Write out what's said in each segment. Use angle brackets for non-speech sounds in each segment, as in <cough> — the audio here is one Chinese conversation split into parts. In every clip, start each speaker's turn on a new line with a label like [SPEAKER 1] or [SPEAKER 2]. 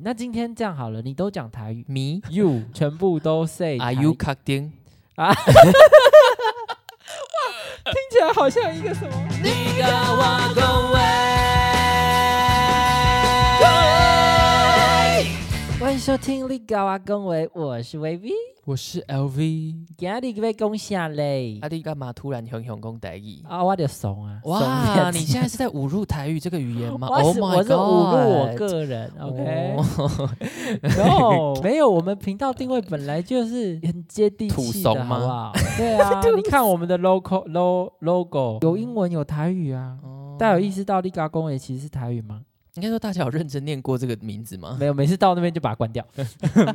[SPEAKER 1] 那今天这样好了，你都讲台语
[SPEAKER 2] 迷
[SPEAKER 1] <laughs> ，you 全部都 say
[SPEAKER 2] 啊
[SPEAKER 1] 台
[SPEAKER 2] you 卡
[SPEAKER 1] 听
[SPEAKER 2] 丁。
[SPEAKER 1] 起来好像一个什么？
[SPEAKER 2] 你甲我讲
[SPEAKER 1] 欢迎收听《立高啊恭维》，我是 VV，
[SPEAKER 2] 我是 LV。
[SPEAKER 1] 今日被攻下嘞
[SPEAKER 2] 啊，你干嘛突然熊熊讲台语？
[SPEAKER 1] 啊，我就怂啊！
[SPEAKER 2] 哇，你现
[SPEAKER 1] 在
[SPEAKER 2] 在是在侮辱台语这个语言吗 <laughs>
[SPEAKER 1] 我
[SPEAKER 2] ？Oh
[SPEAKER 1] 是
[SPEAKER 2] my
[SPEAKER 1] 我
[SPEAKER 2] god！
[SPEAKER 1] 是
[SPEAKER 2] 哦
[SPEAKER 1] 侮辱我个人，OK？然后没有，我们频道定位本来就是很接地
[SPEAKER 2] 土
[SPEAKER 1] 气的，
[SPEAKER 2] 怂
[SPEAKER 1] 好
[SPEAKER 2] 吗
[SPEAKER 1] 不好？对 <laughs> 啊，你看我们的 logo lo logo 有英文有台语啊。
[SPEAKER 2] 哦
[SPEAKER 1] 大家有意识到立高公维其实是台语吗？
[SPEAKER 2] 应该说大家有认真念过这个名字吗？
[SPEAKER 1] 没有，每次到那边就把它 <laughs> 关掉，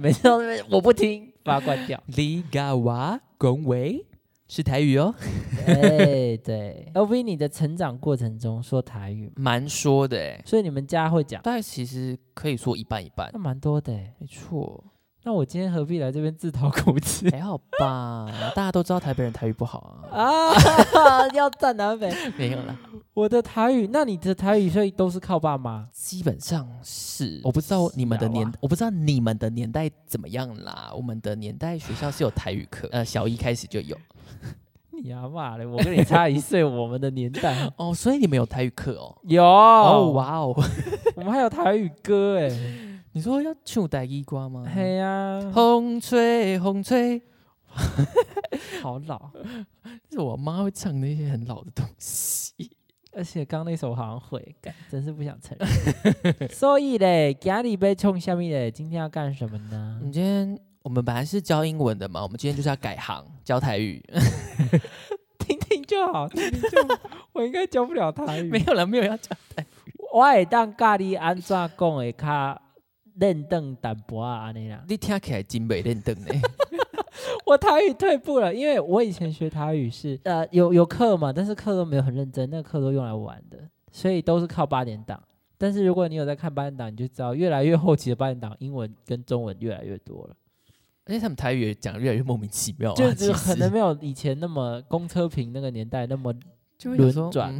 [SPEAKER 1] 每次到那边我不听，把它关掉。
[SPEAKER 2] 你甲我讲话是台语哦，
[SPEAKER 1] 哎， <laughs> 对，LV，你的成长过程中说台语吗，
[SPEAKER 2] 蛮说的哎。
[SPEAKER 1] 所以你们家会讲，
[SPEAKER 2] 大概其实可以说一半一半，
[SPEAKER 1] 那蛮多的欸。
[SPEAKER 2] 没错，
[SPEAKER 1] 那我今天何必来这边自讨苦吃
[SPEAKER 2] 还好吧？大家都知道台北人台语不好 <laughs> 啊，
[SPEAKER 1] <laughs> 啊？ <laughs> 要站南北，
[SPEAKER 2] 没有啦，
[SPEAKER 1] 我的台语，那你的台语所以都是靠爸妈
[SPEAKER 2] 基本上是我不知道你们的年
[SPEAKER 1] 是啊，
[SPEAKER 2] 我不知道你们的年代怎么样啦。我们的年代学校是有台语课，呃，小一开始就有
[SPEAKER 1] 你阿妈嘞，我跟你差一岁，我们的年代
[SPEAKER 2] 哦，所以你们有台语课哦。
[SPEAKER 1] <laughs> 有
[SPEAKER 2] 哦，哇哦！ <laughs>
[SPEAKER 1] 我们还有台语歌哎， <laughs>
[SPEAKER 2] 你说要唱台语歌吗？
[SPEAKER 1] 嘿呀，
[SPEAKER 2] 风吹风吹，
[SPEAKER 1] 好老，
[SPEAKER 2] 是我妈会唱那些很老的东西。
[SPEAKER 1] 而且刚那首好像会，干真是不想承认。所以嘞，家里被冲下面嘞，今天要干什么呢？
[SPEAKER 2] 你今天我们本来是教英文的嘛，我们今天就是要改行教台语。
[SPEAKER 1] 听听就好，听听就好。 <laughs> 我应该教不了台
[SPEAKER 2] <laughs> 没
[SPEAKER 1] 语。
[SPEAKER 2] 有了，没有要讲。
[SPEAKER 1] 我会当教你安怎讲会较认真淡薄啊，安尼
[SPEAKER 2] <laughs>
[SPEAKER 1] 啦。
[SPEAKER 2] <laughs> 你听起来真没认真呢。 <laughs>
[SPEAKER 1] 我台语退步了，因为我以前学台语是呃有有课嘛，但是课都没有很认真，那个课都用来玩的，所以都是靠八点档。但是如果你有在看八点档，你就知道越来越后期的八点档，英文跟中文越来越多了，
[SPEAKER 2] 而且他们台语也讲得越来越莫名其妙、啊，
[SPEAKER 1] 就
[SPEAKER 2] 其
[SPEAKER 1] 是
[SPEAKER 2] 实
[SPEAKER 1] 可能没有以前那么公车屏那个年代那
[SPEAKER 2] <laughs>
[SPEAKER 1] 么
[SPEAKER 2] 就会想
[SPEAKER 1] 轮
[SPEAKER 2] 说
[SPEAKER 1] 转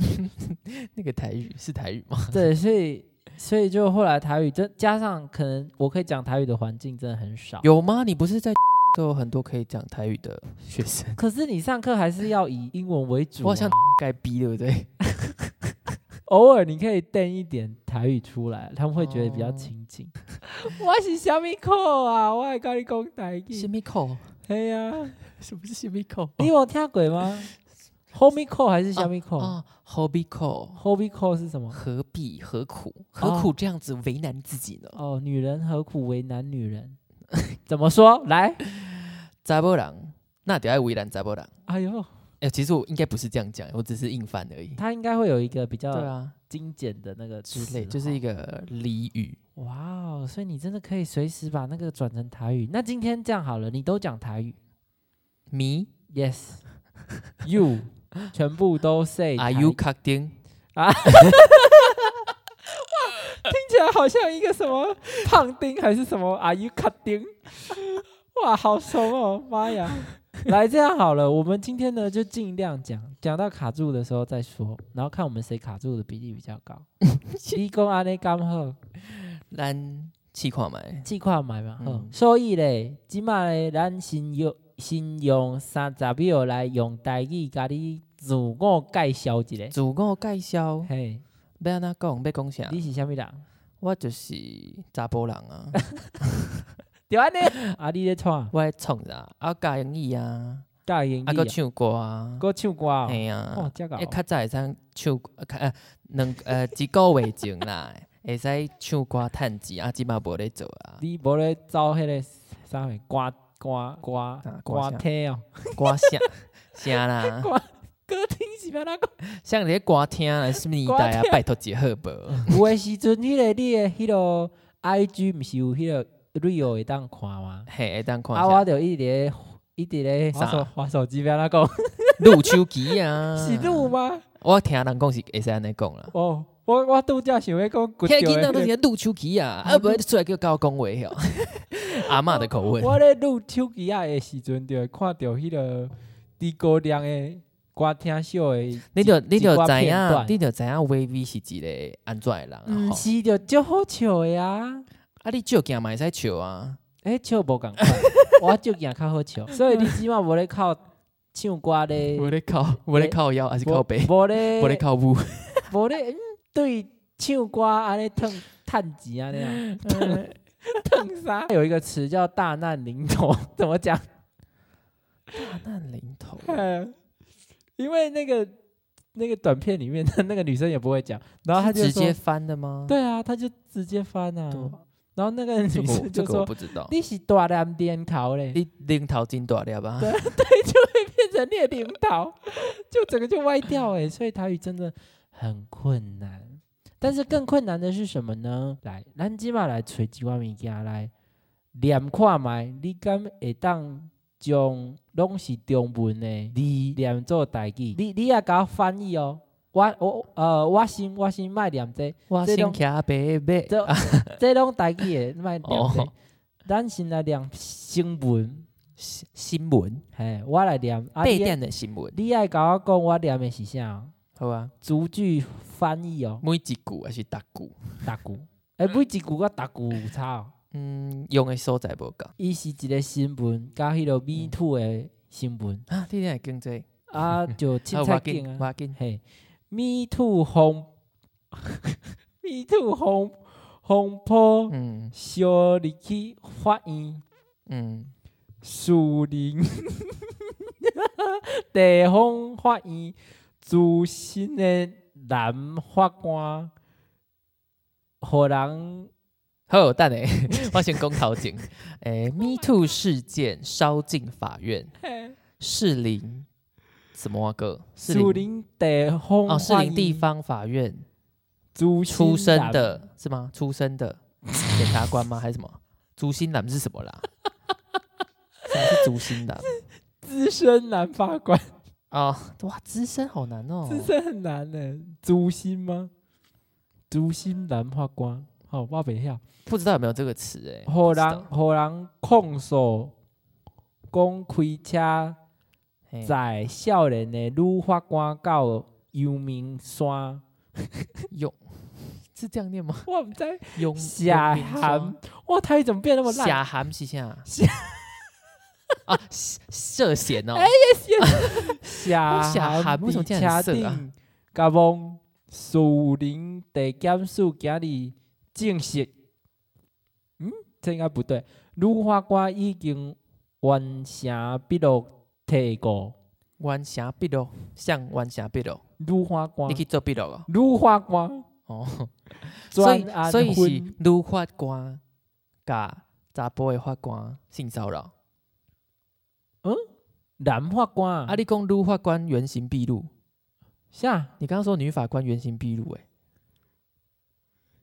[SPEAKER 2] 嗯 <laughs> 那个台语是台语吗？
[SPEAKER 1] 对，所以所以就后来台语，就加上可能我可以讲台语的环境真的很少。
[SPEAKER 2] <laughs> 有吗？你不是在 <laughs> 都有很多可以讲台语的学生？ <laughs>
[SPEAKER 1] 可是你上课还是要以英文为主、啊，
[SPEAKER 2] 我好像该逼对不对？
[SPEAKER 1] 偶尔你可以带一点台语出来，他们会觉得比较
[SPEAKER 2] 哦
[SPEAKER 1] 亲
[SPEAKER 2] <laughs>
[SPEAKER 1] 近。我是小米扣啊，我爱跟你讲台
[SPEAKER 2] <laughs> 是
[SPEAKER 1] 语。
[SPEAKER 2] 米口？
[SPEAKER 1] 嘿呀、
[SPEAKER 2] <laughs> 哦什么是是米口？
[SPEAKER 1] 你有听过吗 h o m i 扣还是小米扣 h
[SPEAKER 2] 啊，何必口？
[SPEAKER 1] o m i 扣是什么？
[SPEAKER 2] 何必何苦？何苦这样子为难自己呢？
[SPEAKER 1] 哦，女人何苦为难女人？ <laughs> 怎么说？来，
[SPEAKER 2] 查波郎，那得要为难查波郎。
[SPEAKER 1] 哎呦，
[SPEAKER 2] <laughs> 哎、其实我应该不是这样讲，我只是硬翻而已。
[SPEAKER 1] 他应该会有一个比
[SPEAKER 2] 对
[SPEAKER 1] 较
[SPEAKER 2] 啊，
[SPEAKER 1] 精简的那个
[SPEAKER 2] 之
[SPEAKER 1] 词
[SPEAKER 2] 类，就
[SPEAKER 1] 哈
[SPEAKER 2] 是一哦个俚语。
[SPEAKER 1] 哇哦，所以你真的可以随时把那个转成台语。那今天这样好了，你都讲台语
[SPEAKER 2] 迷
[SPEAKER 1] <laughs> ，yes，you 全部都 say
[SPEAKER 2] 啊
[SPEAKER 1] 台语
[SPEAKER 2] ，you 卡丁。
[SPEAKER 1] 听起来好像一个什么胖丁还是什么 Are you
[SPEAKER 2] <laughs>
[SPEAKER 1] cutting？哇，好熟哦，妈呀！来，这样好了，我们今天呢就尽量讲，讲到卡住的时候再说，然后看我们谁卡住的比例比较
[SPEAKER 2] <laughs>
[SPEAKER 1] 高。你讲安尼刚好，
[SPEAKER 2] 咱试看麦，
[SPEAKER 1] 计划买嘛好，
[SPEAKER 2] 嗯
[SPEAKER 1] 所以咧，即马咧，咱先用先用三十秒来用台语甲你自我介绍一下。
[SPEAKER 2] 自我介绍
[SPEAKER 1] 嘿，
[SPEAKER 2] 要安怎讲？要讲啥？
[SPEAKER 1] 你是啥物人？
[SPEAKER 2] 我就是查甫
[SPEAKER 1] <laughs>
[SPEAKER 2] 人啊，
[SPEAKER 1] 对
[SPEAKER 2] <laughs>
[SPEAKER 1] 安尼，啊，你咧创
[SPEAKER 2] 我爱创啥？啊，教英语啊，
[SPEAKER 1] 教英语
[SPEAKER 2] 啊，
[SPEAKER 1] 啊
[SPEAKER 2] 搁，唱歌啊，
[SPEAKER 1] 搁唱歌哦。
[SPEAKER 2] 嘿
[SPEAKER 1] 哦
[SPEAKER 2] 啊，，
[SPEAKER 1] 这个
[SPEAKER 2] 一较早会使唱歌，呃较呃，两呃 <laughs> 一个月前啦，会使唱歌趁钱，啊，即嘛无咧做啊，
[SPEAKER 1] 哦你无咧走迄个啥物歌歌歌
[SPEAKER 2] 啊
[SPEAKER 1] 歌
[SPEAKER 2] 歌
[SPEAKER 1] 厅哦，
[SPEAKER 2] 歌声 <laughs> 声啦，
[SPEAKER 1] 歌厅是啊要
[SPEAKER 2] <laughs>
[SPEAKER 1] 哪讲？
[SPEAKER 2] 像你歌厅啊，什么年代啊
[SPEAKER 1] 歌厅，
[SPEAKER 2] 拜托一下好
[SPEAKER 1] <laughs>
[SPEAKER 2] 无？
[SPEAKER 1] 有诶时阵，迄个你诶迄个 I G 毋是有迄个 real 会当看吗？
[SPEAKER 2] 嘿，会当看
[SPEAKER 1] 啊，我
[SPEAKER 2] 下
[SPEAKER 1] 就一直咧一直咧
[SPEAKER 2] 啥
[SPEAKER 1] 滑手滑手机，要哪讲？
[SPEAKER 2] 录手机啊，
[SPEAKER 1] 是录吗？
[SPEAKER 2] 我听人讲是会使安尼讲啦。
[SPEAKER 1] 哦，我我拄则想要讲骨
[SPEAKER 2] 迄个囡仔
[SPEAKER 1] 头
[SPEAKER 2] 都是
[SPEAKER 1] 的，
[SPEAKER 2] 咧录手机啊，
[SPEAKER 1] 嗯 <laughs>
[SPEAKER 2] 啊不然就出来叫我讲话哟，阿嬷的口吻。
[SPEAKER 1] 我咧录手机啊诶时阵，就会看着迄个诸葛亮诶歌厅秀诶，
[SPEAKER 2] 你就你就
[SPEAKER 1] 一寡
[SPEAKER 2] 知
[SPEAKER 1] 片
[SPEAKER 2] 影
[SPEAKER 1] 段，嗯
[SPEAKER 2] 你就知影 VV 是一个安怎的人啊
[SPEAKER 1] 毋
[SPEAKER 2] 吼
[SPEAKER 1] 是就足好笑诶啊！
[SPEAKER 2] 啊，你照镜嘛会使笑啊，
[SPEAKER 1] 诶，笑无
[SPEAKER 2] <laughs>
[SPEAKER 1] 共款，我就行较好笑，所以你即满无咧靠唱歌咧，
[SPEAKER 2] 无咧靠，无咧靠腰，还是靠背，
[SPEAKER 1] 无咧
[SPEAKER 2] 无咧靠 <laughs> 舞，
[SPEAKER 1] 无咧嗯对唱歌安尼趁趁钱安尼
[SPEAKER 2] <laughs>
[SPEAKER 1] 啊，嗯趁啥？有一个词叫大难临头，怎么讲？
[SPEAKER 2] 大难临 <laughs> 头，
[SPEAKER 1] 嗯， <laughs> 因为那个那个短片里面的 <laughs> 那个女生也不会讲，然后她
[SPEAKER 2] 是
[SPEAKER 1] 就
[SPEAKER 2] 直
[SPEAKER 1] 说
[SPEAKER 2] 接翻的吗？
[SPEAKER 1] 对啊，她就直接翻啊
[SPEAKER 2] 对啊，
[SPEAKER 1] 然后那个女
[SPEAKER 2] 这个我
[SPEAKER 1] 生
[SPEAKER 2] 这
[SPEAKER 1] 就
[SPEAKER 2] 个我
[SPEAKER 1] 说
[SPEAKER 2] 不知道。
[SPEAKER 1] 你是大南边头嘞，
[SPEAKER 2] 你领头真大啊了吧？
[SPEAKER 1] 对对，就会变成列领导， <laughs> 就整个就歪掉哎、所以台语真的很困难。但是更困难的是什么呢？来，咱即马来找几款物件啊来念看卖，你敢会当将拢是中文的字念做台语？你你也甲我翻译哦。我我呃，我先我先卖念这
[SPEAKER 2] 我
[SPEAKER 1] 这
[SPEAKER 2] 先
[SPEAKER 1] 种
[SPEAKER 2] 徛白白，
[SPEAKER 1] 这这拢台语的卖念这
[SPEAKER 2] 哦，
[SPEAKER 1] 咱先来念新闻，
[SPEAKER 2] 新新闻
[SPEAKER 1] 嘿，我来念。啊
[SPEAKER 2] 备
[SPEAKER 1] 你
[SPEAKER 2] 电的新闻，
[SPEAKER 1] 你爱甲我讲，我念的是啥哦？
[SPEAKER 2] 好啊，
[SPEAKER 1] 逐句翻译哦，
[SPEAKER 2] 每一句还是逐句，
[SPEAKER 1] 逐
[SPEAKER 2] <laughs>
[SPEAKER 1] 句。诶、每一句我逐句有差哦。
[SPEAKER 2] 嗯，用的所在无共
[SPEAKER 1] 伊是一个新闻，加迄个 Me Too 的新闻，
[SPEAKER 2] 啊，你会经济，
[SPEAKER 1] 啊，
[SPEAKER 2] <laughs>
[SPEAKER 1] 就凊彩
[SPEAKER 2] 我
[SPEAKER 1] 见啊。
[SPEAKER 2] 我紧，
[SPEAKER 1] 嘿，Me Too 风 <laughs> ，Me Too 风风波，
[SPEAKER 2] 嗯
[SPEAKER 1] 小入去法院，
[SPEAKER 2] 嗯，
[SPEAKER 1] 树林 <laughs> 地方法院主审的男法官，互人
[SPEAKER 2] 好，等下 <laughs> 我先讲头前，诶，Me Too 事件烧进法院，士林什么歌？士
[SPEAKER 1] 树
[SPEAKER 2] 林
[SPEAKER 1] 林地方
[SPEAKER 2] 哦，士
[SPEAKER 1] 法
[SPEAKER 2] 林地
[SPEAKER 1] 院
[SPEAKER 2] 方法院
[SPEAKER 1] 主审
[SPEAKER 2] 出生
[SPEAKER 1] 男
[SPEAKER 2] 的是吗？出生的检察官吗？还是什么？朱新南是什么啦？ <laughs> 什么是朱新南？
[SPEAKER 1] 资深男法官，
[SPEAKER 2] 哦，哇，资深好难哦。
[SPEAKER 1] 资深很难呢。主审吗？主审男法官，好、我袂晓。
[SPEAKER 2] 不知道有没有这个词哎、
[SPEAKER 1] 互
[SPEAKER 2] 不知道
[SPEAKER 1] 人互人控诉，讲开车。
[SPEAKER 2] 嘿
[SPEAKER 1] 在少年的女法官到幽冥山，
[SPEAKER 2] 用是这样念吗？
[SPEAKER 1] 我毋知
[SPEAKER 2] 用
[SPEAKER 1] 下涵，哇，台语怎么变那么烂？
[SPEAKER 2] 下涵是啥 <laughs>
[SPEAKER 1] 下？哎
[SPEAKER 2] 啊，涉涉嫌哦，
[SPEAKER 1] 下
[SPEAKER 2] 下涵为什么这样很色啊？
[SPEAKER 1] 甲望树林地检署今日证实，嗯，这应该不对。女法官已经完成笔录提告，
[SPEAKER 2] 弯峡笔录，像弯峡笔录，
[SPEAKER 1] 女法官
[SPEAKER 2] 你，去做笔录哦。
[SPEAKER 1] 女法官
[SPEAKER 2] 哦，所
[SPEAKER 1] 专
[SPEAKER 2] 以
[SPEAKER 1] 案
[SPEAKER 2] 所以是
[SPEAKER 1] 婚
[SPEAKER 2] 女法官甲查甫的法官性骚扰。
[SPEAKER 1] 男法官
[SPEAKER 2] 啊，你讲女法官原形毕露，
[SPEAKER 1] 啥？
[SPEAKER 2] 你刚刚说女法官原形毕露，哎，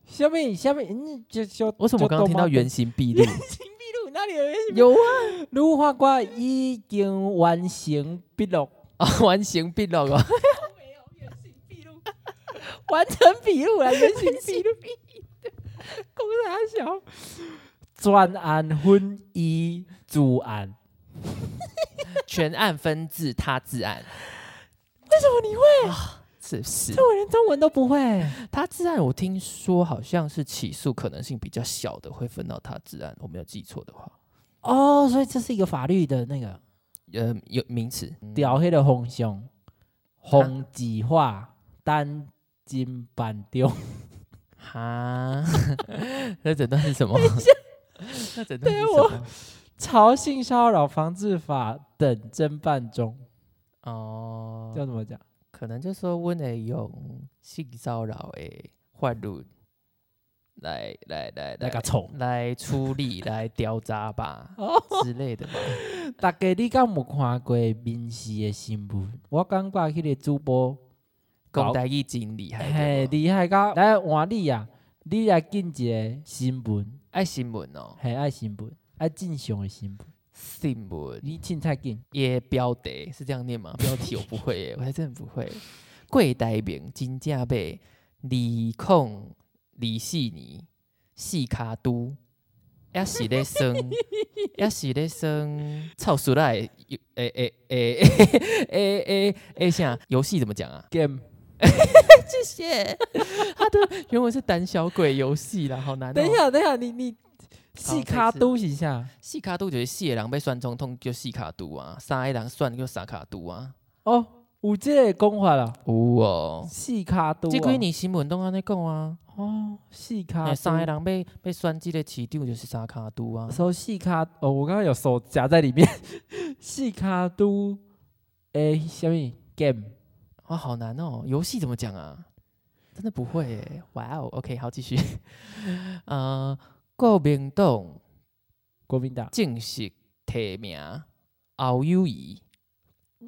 [SPEAKER 1] 下面下面，嗯，就就
[SPEAKER 2] 为什么我刚刚听到原
[SPEAKER 1] 原
[SPEAKER 2] 形
[SPEAKER 1] <laughs>
[SPEAKER 2] 毕
[SPEAKER 1] 笔
[SPEAKER 2] 露？
[SPEAKER 1] 录那里有原 <laughs> 形？
[SPEAKER 2] 有啊，
[SPEAKER 1] 如 <laughs> 法官已经完成笔录，
[SPEAKER 2] 啊，完形毕露哦。
[SPEAKER 1] 完成笔录了，原形笔录。公司还小，专案婚姻主案，
[SPEAKER 2] 全案分治他治案，啊
[SPEAKER 1] 为什么你会？
[SPEAKER 2] 是不是？
[SPEAKER 1] 我连中文都不会。
[SPEAKER 2] 他治案，我听说好像是起诉可能性比较小的会分到他治案，我没有记错的话。
[SPEAKER 1] 哦，所以这是一个法律的那个
[SPEAKER 2] 呃，有名词，
[SPEAKER 1] 屌黑的红熊，红计划单金板 <laughs> 丢。
[SPEAKER 2] 哈， <laughs> 那诊断是 <laughs> 什么？那诊断是
[SPEAKER 1] 对
[SPEAKER 2] 什
[SPEAKER 1] 我
[SPEAKER 2] 么？
[SPEAKER 1] 朝性骚扰防治法等侦办中，
[SPEAKER 2] 哦、
[SPEAKER 1] 叫怎么讲？
[SPEAKER 2] 可能就说阮会用性骚扰的法律来来来
[SPEAKER 1] 那个
[SPEAKER 2] 来
[SPEAKER 1] 臭。
[SPEAKER 2] 来处理、来调查 <laughs> 吧
[SPEAKER 1] 哦
[SPEAKER 2] 之类的吧。
[SPEAKER 1] 大家你敢有看过民视的新闻？我感觉迄个主播
[SPEAKER 2] 讲代志真厉害，
[SPEAKER 1] 嘿
[SPEAKER 2] 对吗
[SPEAKER 1] 厉害到来换你啊！你来进一个新闻，
[SPEAKER 2] 爱新闻哦。
[SPEAKER 1] 系爱新闻，爱正常的新闻。
[SPEAKER 2] 新闻
[SPEAKER 1] 你凊彩进，
[SPEAKER 2] 也标题是这样念吗？标题我不会耶，我还真的不会。柜台名真正被李控李细尼细卡都，也是咧生，也是咧生操熟来，诶诶诶诶诶诶诶，啥游戏怎么讲啊？
[SPEAKER 1] game
[SPEAKER 2] 谢谢。他的原文是胆小鬼游戏啦，好难、哦。
[SPEAKER 1] 等一，下，等一下，你你细卡嘟一下
[SPEAKER 2] 四卡都就是四个人被选总统叫四卡都啊，三个人选叫三卡都啊。
[SPEAKER 1] 哦，有这个讲法啦，
[SPEAKER 2] 有哦，
[SPEAKER 1] 细卡嘟、哦。
[SPEAKER 2] 即几年新闻拢安尼讲啊，
[SPEAKER 1] 哦，细卡
[SPEAKER 2] 嘿三个
[SPEAKER 1] 嘟。
[SPEAKER 2] 人被被选即个市长就是三卡都啊。
[SPEAKER 1] 手细卡哦，我刚刚有手夹在里面。 <laughs> 细卡嘟诶，什么 game？
[SPEAKER 2] 哇，好难哦！游戏怎么讲啊？真的不会耶！哇哦，OK，好，继续。 <laughs> 呃，国民党
[SPEAKER 1] 国民党啊
[SPEAKER 2] 正式提名侯友谊，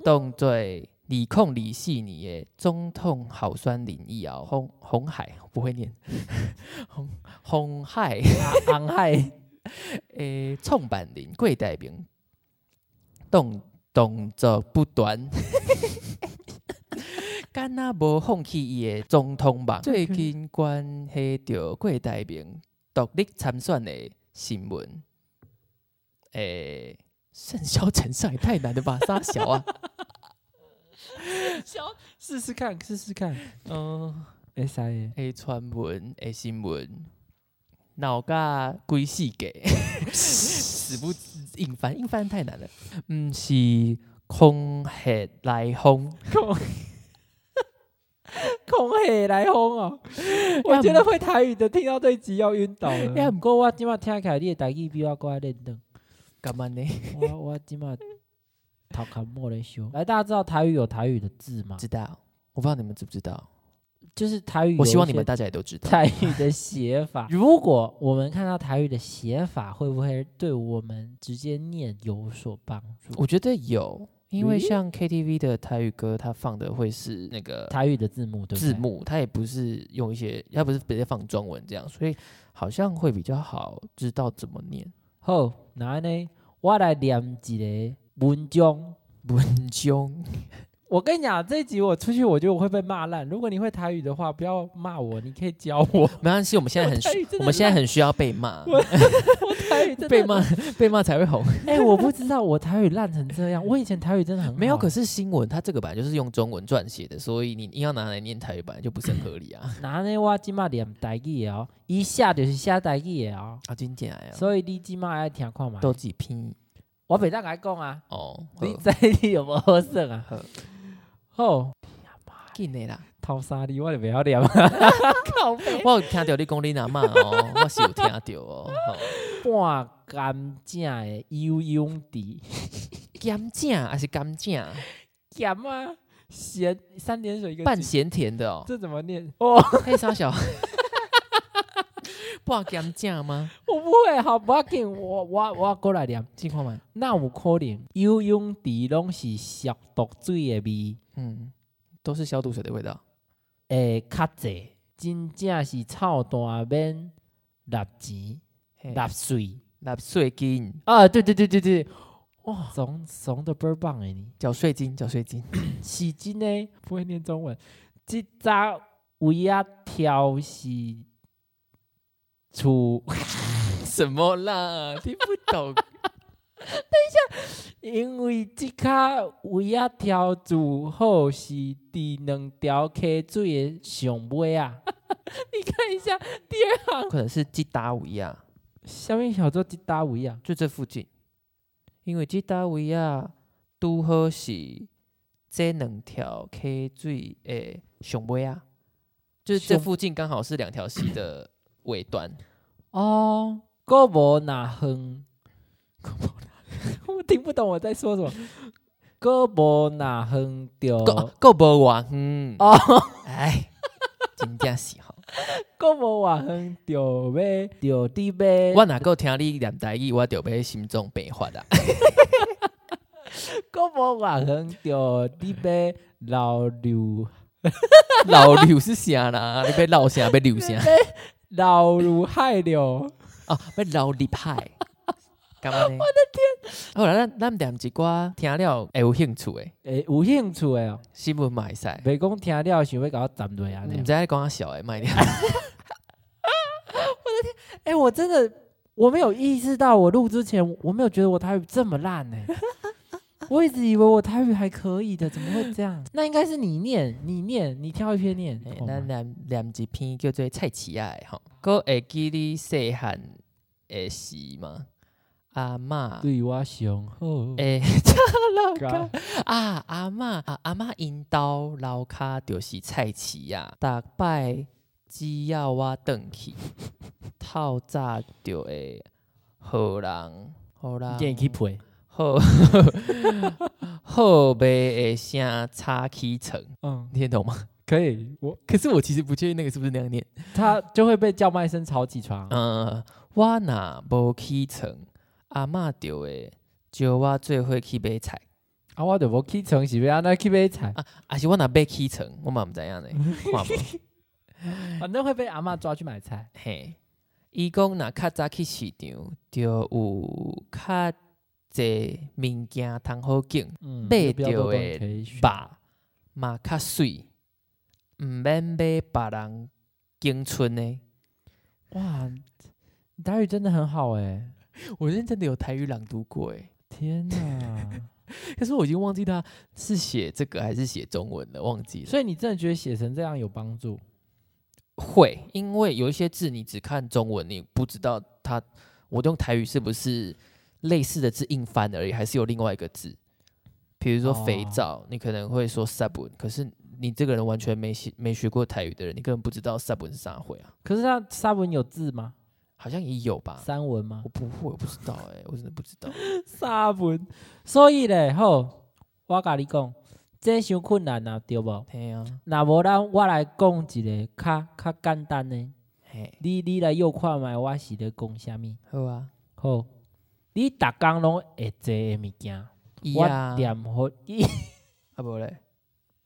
[SPEAKER 2] 当做二零二四年的总统候选人以后，洪洪海不会念， <laughs> 洪洪海
[SPEAKER 1] 昂海
[SPEAKER 2] 诶创办人郭台铭，动动作不断。 <laughs> 敢若无放弃伊的总统梦。最近关系着郭台铭独立参选的新闻，诶、甚嚣尘上也太难了吧，傻小啊！
[SPEAKER 1] 试试看，试试 <laughs> 看。
[SPEAKER 2] 嗯、
[SPEAKER 1] 会使诶，
[SPEAKER 2] 诶，传闻诶，新闻，脑甲归四给，
[SPEAKER 1] <laughs>
[SPEAKER 2] 死不硬翻，硬翻太难了。嗯，是空穴来风，
[SPEAKER 1] 空空黑来轰 <laughs> 哦！我觉得会台语的听到这一集要晕倒 <laughs> 了。
[SPEAKER 2] 要
[SPEAKER 1] 哎不过我今麦听起来你的台语比我搁较认真。
[SPEAKER 2] 干嘛呢？
[SPEAKER 1] 我我今麦头壳莫咧 <laughs> 想。来，哎大家知道台语有台语的字吗？
[SPEAKER 2] 知道，我不知道你们知不知道。
[SPEAKER 1] 就是台语有一些，
[SPEAKER 2] 我希望你们大家也都知
[SPEAKER 1] <laughs>
[SPEAKER 2] 道。
[SPEAKER 1] 台语的写法。 <laughs> 如果我们看到台语的写法，会不会对我们直接念有所帮助？
[SPEAKER 2] 我觉得有，因为
[SPEAKER 1] 咦
[SPEAKER 2] 像 KTV 的台语歌，它放的会是那个
[SPEAKER 1] 台语的字幕对不对？
[SPEAKER 2] 字幕，它也不是用一些，它不是直接放中文这样，所以好像会比较好知道怎么念。
[SPEAKER 1] 好，那呢，我来念一个文章。
[SPEAKER 2] 文章。
[SPEAKER 1] 我跟你讲，这一集我出去，我觉得我会被骂烂。如果你会台语的话，不要骂我，你可以教我。
[SPEAKER 2] 没关系，我们现在很需
[SPEAKER 1] 台语真的
[SPEAKER 2] 我们现在很需要被骂，
[SPEAKER 1] <laughs> 台语真的
[SPEAKER 2] 被骂被骂才会红。
[SPEAKER 1] 哎、我不知道我台语烂成这样。我以前台语真的很好
[SPEAKER 2] 没有，可是新闻它这个本来就是用中文撰写的，所以你硬要拿来念台语版就不是很合理
[SPEAKER 1] <coughs>
[SPEAKER 2] 啊。
[SPEAKER 1] 那呢，我今嘛念台语的哦，一下就是写台语的哦。
[SPEAKER 2] 啊，真假呀？
[SPEAKER 1] <laughs> 所以你今嘛爱听看嘛？
[SPEAKER 2] 都几篇
[SPEAKER 1] 我北当来讲啊，
[SPEAKER 2] 哦，
[SPEAKER 1] 你
[SPEAKER 2] 好
[SPEAKER 1] 在你有没有好耍啊？
[SPEAKER 2] 好
[SPEAKER 1] 好，
[SPEAKER 2] 紧的啦。
[SPEAKER 1] 头三字我就不要念啊，靠背，
[SPEAKER 2] 我有听到你讲你阿嬷哦，我是有听到哦。好
[SPEAKER 1] <laughs> 半干净的游泳池，
[SPEAKER 2] 甘蔗还是甘蔗，
[SPEAKER 1] 咸啊，咸三点水一个
[SPEAKER 2] 半
[SPEAKER 1] 井，
[SPEAKER 2] 咸甜的哦。
[SPEAKER 1] 这怎么念？哦，
[SPEAKER 2] 黑沙小，不甘蔗吗？
[SPEAKER 1] 我不会，好不要紧，我我我过来念。
[SPEAKER 2] 情况吗？
[SPEAKER 1] 那有可能游泳池拢是消毒水的味，
[SPEAKER 2] 嗯，都是消毒水的味道。
[SPEAKER 1] 会较济，真正是臭大便，垃钱，
[SPEAKER 2] 嘿
[SPEAKER 1] 垃水。
[SPEAKER 2] 纳税金，
[SPEAKER 1] 啊，对对对对对，哇，怂怂的倍儿棒哎你！
[SPEAKER 2] 缴税金，缴税金。
[SPEAKER 1] 是真的不会念中文，这扎维亚挑是出，
[SPEAKER 2] 什么啦？听不懂。
[SPEAKER 1] 因为这卡维亚挑组后是伫两条溪水的上尾啊。你看一下第二行，
[SPEAKER 2] <laughs> 可能是吉达维亚，
[SPEAKER 1] 下面小做这搭维亚，
[SPEAKER 2] 就这附近。因为吉达维亚拄好是这两条溪水诶上尾啊，就是这
[SPEAKER 1] 上
[SPEAKER 2] 附近刚好是两条溪的尾端。
[SPEAKER 1] 哦，个无那哼，我听不懂我在说什么。个无那哼着，
[SPEAKER 2] 哦够够无远，嗯，
[SPEAKER 1] 哦，
[SPEAKER 2] 哎，真正是 <laughs> 吼。
[SPEAKER 1] 个无话哼着呗，着地呗。
[SPEAKER 2] 我若够听你念台语，我就要心脏病发啊！ <laughs>
[SPEAKER 1] 个无话哼着地呗，老流
[SPEAKER 2] 老流是啥啦？你要老啥？要流啥？
[SPEAKER 1] 老如海流。
[SPEAKER 2] <laughs> 哦，要流入海。 <laughs> 干嘛呢？我的天！好啦，咱咱念一寡听了会有兴趣的
[SPEAKER 1] 诶，有兴趣诶哦，
[SPEAKER 2] 新闻嘛会使。
[SPEAKER 1] 袂讲听了想要甲我啊斩落安
[SPEAKER 2] 你
[SPEAKER 1] 尼
[SPEAKER 2] 毋。知影讲小诶，卖掉。
[SPEAKER 1] 诶，欸我真的我没有意识到，我录之前我没有觉得我台语这么烂 <laughs> 呢、我一直以为我台语还可以的，怎么会这样？ <laughs> 那应该是你念，你念，你挑一篇念。哎
[SPEAKER 2] 嘿
[SPEAKER 1] 好吗
[SPEAKER 2] 咱念念一篇叫做蔡奇亚的吼，哥会记你细汉会是嘛？阿嬷
[SPEAKER 1] 对我上好。 <laughs>
[SPEAKER 2] 诶， <laughs> 这老
[SPEAKER 1] 嘎
[SPEAKER 2] 卡啊，阿嬷啊，阿嬷因兜老卡就是菜市啊，逐摆只要我转去，透早就会互人互人
[SPEAKER 1] 你去陪，
[SPEAKER 2] 好好 <laughs> 呗的声插起床，
[SPEAKER 1] 嗯，
[SPEAKER 2] 你听懂吗？
[SPEAKER 1] 可以。我
[SPEAKER 2] 可是我其实不确定那个是不是那样念。
[SPEAKER 1] 他就会被叫卖声吵起床。
[SPEAKER 2] 嗯，我若无起床，阿嬷就会招我做伙去买菜。
[SPEAKER 1] 啊，我就无起床是要安怎去买菜，
[SPEAKER 2] 啊是我若被起床，我嘛毋知影 <laughs> 呢，看无
[SPEAKER 1] 反啊正会被阿嬷抓去买菜。
[SPEAKER 2] 嘿。伊讲若较早去市场，就有较济物件通好拣，
[SPEAKER 1] 嗯
[SPEAKER 2] 买
[SPEAKER 1] 目标
[SPEAKER 2] 到
[SPEAKER 1] 都
[SPEAKER 2] 的
[SPEAKER 1] 可以选
[SPEAKER 2] 吧嘛较水，毋免买别人拣剩的。
[SPEAKER 1] 哇，你台语真的很好哎！
[SPEAKER 2] 我认真的有台语朗读过诶，
[SPEAKER 1] 天哪，
[SPEAKER 2] 可是我已经忘记他是写这个还是写中文了，忘记了。
[SPEAKER 1] <laughs> 所以你真的觉得写成这样有帮助？
[SPEAKER 2] 会，因为有一些字你只看中文，你不知道它，我用台语是不是类似的字硬翻而已，还是有另外一个字。比如说肥
[SPEAKER 1] 哦
[SPEAKER 2] 皂，你可能会说 sabun，可是你这个人完全没学没学过台语的人，你根本不知道 sabun 是啥会啊，
[SPEAKER 1] 可是它三文有字吗？
[SPEAKER 2] 好像也有吧？
[SPEAKER 1] 三文吗 <laughs>
[SPEAKER 2] 我？不会，我不知道哎、我真的不知道。
[SPEAKER 1] 三文，所以咧，好，我甲你讲，这伤困难啊，对无？
[SPEAKER 2] <laughs> 嘿啊，
[SPEAKER 1] 若无咱我来讲一个较较简单诶，
[SPEAKER 2] 嘿，
[SPEAKER 1] 你你来又看觅我是咧讲啥物？
[SPEAKER 2] 好啊，
[SPEAKER 1] 好，你逐工拢会做诶物件，
[SPEAKER 2] 伊
[SPEAKER 1] 我
[SPEAKER 2] 啊，
[SPEAKER 1] 念互伊，
[SPEAKER 2] 啊无嘞，
[SPEAKER 1] <laughs>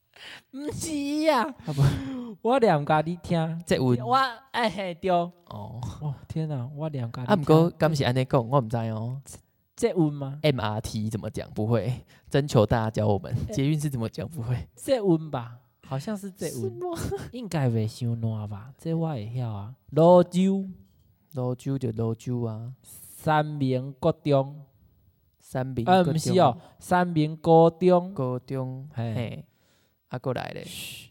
[SPEAKER 1] 毋是伊啊，
[SPEAKER 2] 啊无，
[SPEAKER 1] 我念甲你听。
[SPEAKER 2] 这文
[SPEAKER 1] 我哎嘿对，哦
[SPEAKER 2] 哦，
[SPEAKER 1] 天哪，我念甲你
[SPEAKER 2] 啊毋过敢是安尼讲，我毋知哦。
[SPEAKER 1] 这有吗？
[SPEAKER 2] MRT 怎么讲？不会，征求大家教我们。捷运是怎么讲？不会，
[SPEAKER 1] 这有吧？好像是这有，应该袂伤烂吧？这我会晓啊。泸州
[SPEAKER 2] 老酒就老酒啊，
[SPEAKER 1] 三明国中，
[SPEAKER 2] 三明
[SPEAKER 1] 呃，
[SPEAKER 2] 各
[SPEAKER 1] 毋是
[SPEAKER 2] 种
[SPEAKER 1] 哦，，三明高中。
[SPEAKER 2] 高中
[SPEAKER 1] 嘿
[SPEAKER 2] 嘿，啊过来咧，
[SPEAKER 1] 嘘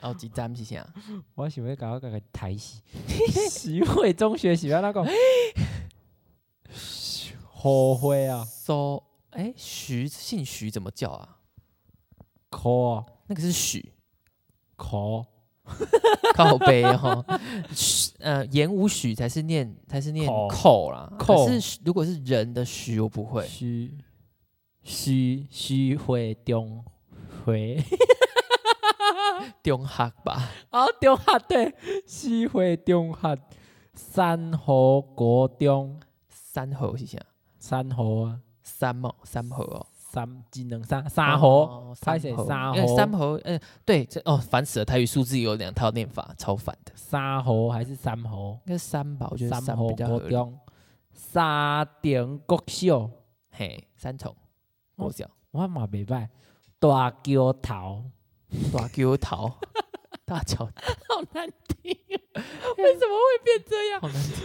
[SPEAKER 2] 后一站是啥？
[SPEAKER 1] 我想要甲我家己抬死。 <laughs> 徐汇中学是要那 <laughs> 个？后悔啊，
[SPEAKER 2] 苏哎徐姓徐怎么叫啊？
[SPEAKER 1] 哭啊
[SPEAKER 2] 那个是许
[SPEAKER 1] 哭，
[SPEAKER 2] 靠背哈， <laughs> 许呃言无许才是念才是念
[SPEAKER 1] 口
[SPEAKER 2] 扣啦，
[SPEAKER 1] 口
[SPEAKER 2] 可是如果是人的许我不会，
[SPEAKER 1] 徐徐徐汇中学。
[SPEAKER 2] 中学吧，
[SPEAKER 1] <laughs> 哦，中学对，四会中学，三河国中，
[SPEAKER 2] 三河是啥？
[SPEAKER 1] 三河啊，
[SPEAKER 2] 三哦三河哦。
[SPEAKER 1] 三技能三三河，
[SPEAKER 2] 哦
[SPEAKER 1] 拍谁沙
[SPEAKER 2] 因为
[SPEAKER 1] 猴
[SPEAKER 2] 三猴，嗯、对，这哦，烦死了。台语数字有两套念法，超烦的。
[SPEAKER 1] 三河还是三河？
[SPEAKER 2] 应该是三吧，我觉得
[SPEAKER 1] 三
[SPEAKER 2] 三
[SPEAKER 1] 河
[SPEAKER 2] 比较合
[SPEAKER 1] 国
[SPEAKER 2] 理。
[SPEAKER 1] 中，沙顶国小，
[SPEAKER 2] 嘿，三重，
[SPEAKER 1] 哦
[SPEAKER 2] 我讲
[SPEAKER 1] 我嘛袂歹，大桥头，
[SPEAKER 2] 大桥头， <laughs> 大桥
[SPEAKER 1] 好难听，为什么会变这样？
[SPEAKER 2] 好难听。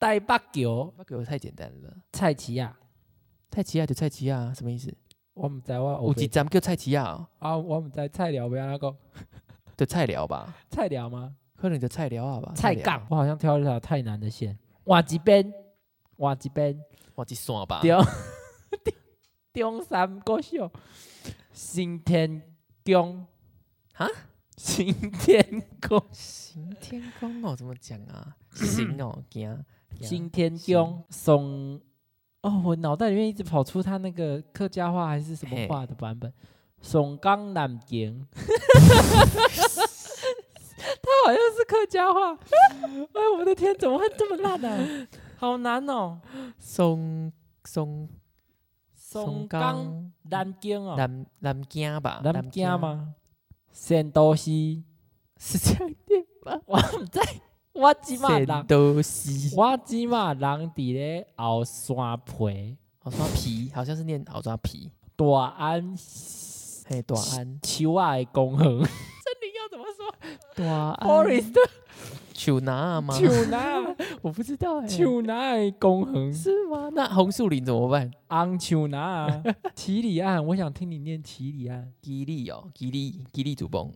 [SPEAKER 1] 台北桥，
[SPEAKER 2] 那给我太简单了。
[SPEAKER 1] 蔡奇亚，
[SPEAKER 2] 蔡奇亚就蔡奇亚，什么意思？
[SPEAKER 1] 我毋知我
[SPEAKER 2] 有
[SPEAKER 1] 有
[SPEAKER 2] 一
[SPEAKER 1] 几
[SPEAKER 2] 站叫蔡奇亚、哦，
[SPEAKER 1] 啊，我毋知菜聊要安怎讲，
[SPEAKER 2] 就菜聊吧，
[SPEAKER 1] 菜聊吗？
[SPEAKER 2] 可能就菜聊啊吧。
[SPEAKER 1] 菜
[SPEAKER 2] 寮
[SPEAKER 1] 杠，，我好像挑了一条太难的线，换一边，换一边，
[SPEAKER 2] 我去算吧。
[SPEAKER 1] 中中山国小，新天宫
[SPEAKER 2] 哈，
[SPEAKER 1] 新天宫，
[SPEAKER 2] 行天宫哦，怎么讲
[SPEAKER 1] <coughs>
[SPEAKER 2] 啊？行哦，行。
[SPEAKER 1] 新天宫，松哦，我脑袋里面一直跑出他那个客家话还是什么
[SPEAKER 2] 嘿
[SPEAKER 1] 话的版本，松冈南京，
[SPEAKER 2] <laughs>
[SPEAKER 1] 他好像是客家话，哎，我的天，怎么会这么烂呢、啊？好难哦，
[SPEAKER 2] 松松
[SPEAKER 1] 松冈。南京哦，
[SPEAKER 2] 南南京吧，
[SPEAKER 1] 南京？啊吗？ <laughs> 仙都西，
[SPEAKER 2] 是这样念吗？
[SPEAKER 1] 我毋
[SPEAKER 2] <laughs>
[SPEAKER 1] 知，我即码
[SPEAKER 2] 仙
[SPEAKER 1] 人，
[SPEAKER 2] 都西，
[SPEAKER 1] 我即码人伫咧后山皮，
[SPEAKER 2] 好像皮，好像是念好像皮，
[SPEAKER 1] 大安
[SPEAKER 2] 嘿，大安，
[SPEAKER 1] 树仔的公园。这里要怎么说
[SPEAKER 2] 大安，
[SPEAKER 1] ？Forest
[SPEAKER 2] 丘拿吗？
[SPEAKER 1] 树哪？
[SPEAKER 2] 我不知
[SPEAKER 1] <laughs>
[SPEAKER 2] 道哎，
[SPEAKER 1] 树哪的公园？
[SPEAKER 2] 是吗？那红树林怎么办？
[SPEAKER 1] 红树哪？七里岸，我想听你念七里岸。 <laughs>
[SPEAKER 2] 吉利哦，吉利吉利主崩，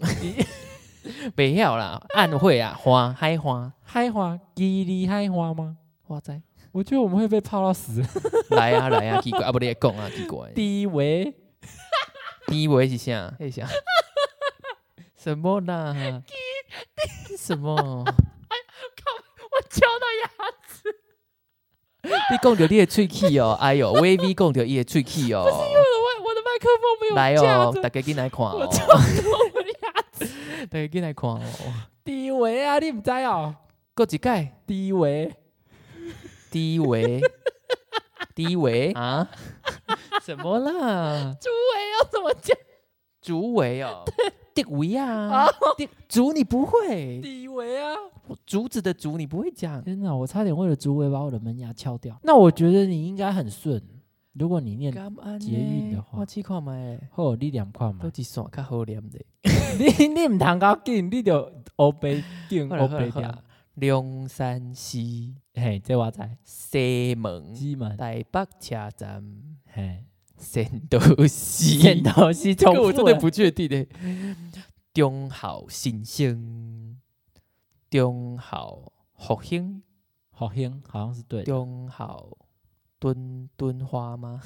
[SPEAKER 2] 袂晓啦，暗会啊，花嗨花，
[SPEAKER 1] 嗨花，叽哩嗨花吗？
[SPEAKER 2] 哇塞，
[SPEAKER 1] 我觉得我们会被泡到 <laughs> 死。
[SPEAKER 2] 来啊来啊，奇怪啊，不你也讲啊，
[SPEAKER 1] <laughs>
[SPEAKER 2] 奇怪。
[SPEAKER 1] 第一位，
[SPEAKER 2] 第一位是啥？那是啥？什
[SPEAKER 1] <laughs>
[SPEAKER 2] 么啦？ <laughs> 什么？
[SPEAKER 3] 我敲到牙，
[SPEAKER 2] 你讲到你的喙齿 <laughs> 哦，哎哟 v V 讲到伊的喙齿哦，
[SPEAKER 3] 我的麦我的麦克风没有
[SPEAKER 2] 来哦
[SPEAKER 3] 架，着，
[SPEAKER 2] 大家进来看
[SPEAKER 3] 我
[SPEAKER 2] 哦，
[SPEAKER 3] 敲到我的牙齿。
[SPEAKER 2] 大家进来看哦。
[SPEAKER 1] 第一位啊，你唔知哦？
[SPEAKER 2] 过一届，
[SPEAKER 1] 第一位，
[SPEAKER 2] 第一 <laughs> 位，第一位啊？ <laughs> 什么啦？
[SPEAKER 3] 主委要怎么讲？
[SPEAKER 2] 竹围哦，地围啊，地竹你不会，
[SPEAKER 1] 第一位啊！
[SPEAKER 2] 竹子的竹你不会讲，
[SPEAKER 1] 天哪，我差点为了竹围把我的门牙敲掉。那我觉得你应该很顺，如果你念
[SPEAKER 2] 干嘛呢
[SPEAKER 1] 捷运的话
[SPEAKER 2] 我试看麦，
[SPEAKER 1] 后你两块嘛
[SPEAKER 2] 都，一线较好念的。
[SPEAKER 1] <laughs> 你你唔通搞紧，你就欧背紧
[SPEAKER 2] 好啦
[SPEAKER 1] 欧
[SPEAKER 2] 好啦
[SPEAKER 1] 背
[SPEAKER 2] 好
[SPEAKER 1] 掉
[SPEAKER 2] 啦。龙山寺
[SPEAKER 1] 嘿，这我知，
[SPEAKER 2] 西门
[SPEAKER 1] 西门，
[SPEAKER 2] 台北车站
[SPEAKER 1] 嘿，
[SPEAKER 2] 仙都西，
[SPEAKER 1] 剪头西重
[SPEAKER 2] <laughs> 这个我真
[SPEAKER 1] 复啊
[SPEAKER 2] 的
[SPEAKER 1] 了
[SPEAKER 2] 不确定诶。中校新生，中校复兴，
[SPEAKER 1] 好兴，好像是对的。
[SPEAKER 2] 中校敦敦花
[SPEAKER 1] <laughs>
[SPEAKER 2] 吗？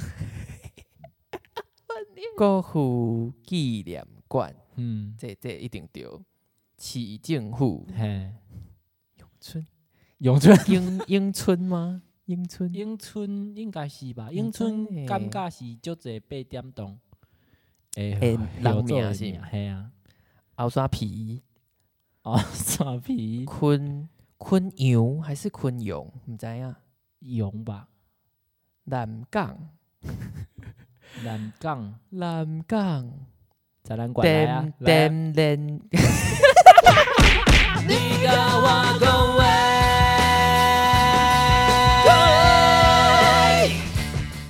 [SPEAKER 2] 国父纪念馆，
[SPEAKER 1] 嗯，
[SPEAKER 2] 这这一定对。市政府
[SPEAKER 1] 嘿，
[SPEAKER 2] <laughs> 村，
[SPEAKER 1] 永春
[SPEAKER 2] 英英村吗？英村
[SPEAKER 1] 永春应该是吧？
[SPEAKER 2] 永
[SPEAKER 1] 永
[SPEAKER 2] 春
[SPEAKER 1] 春
[SPEAKER 2] 嘿
[SPEAKER 1] 感觉是足侪八点哎钟。诶
[SPEAKER 2] 诶哎人名
[SPEAKER 1] 名
[SPEAKER 2] 是吗
[SPEAKER 1] 嘿啊，
[SPEAKER 2] 后山皮。
[SPEAKER 1] 哦， <laughs> 傻皮
[SPEAKER 2] 昆昆阳还是昆阳，毋知啊影。
[SPEAKER 1] 勇吧？
[SPEAKER 2] 南港，
[SPEAKER 1] 南港
[SPEAKER 2] 南港，
[SPEAKER 1] 展览馆来啊，来啊
[SPEAKER 2] 点点。你甲我讲话，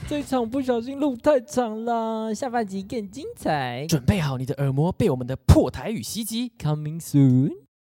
[SPEAKER 1] 这场不小心录太长了，下半集更精彩。
[SPEAKER 2] 准备好你的耳膜被我们的破台语袭击。
[SPEAKER 1] Coming soon。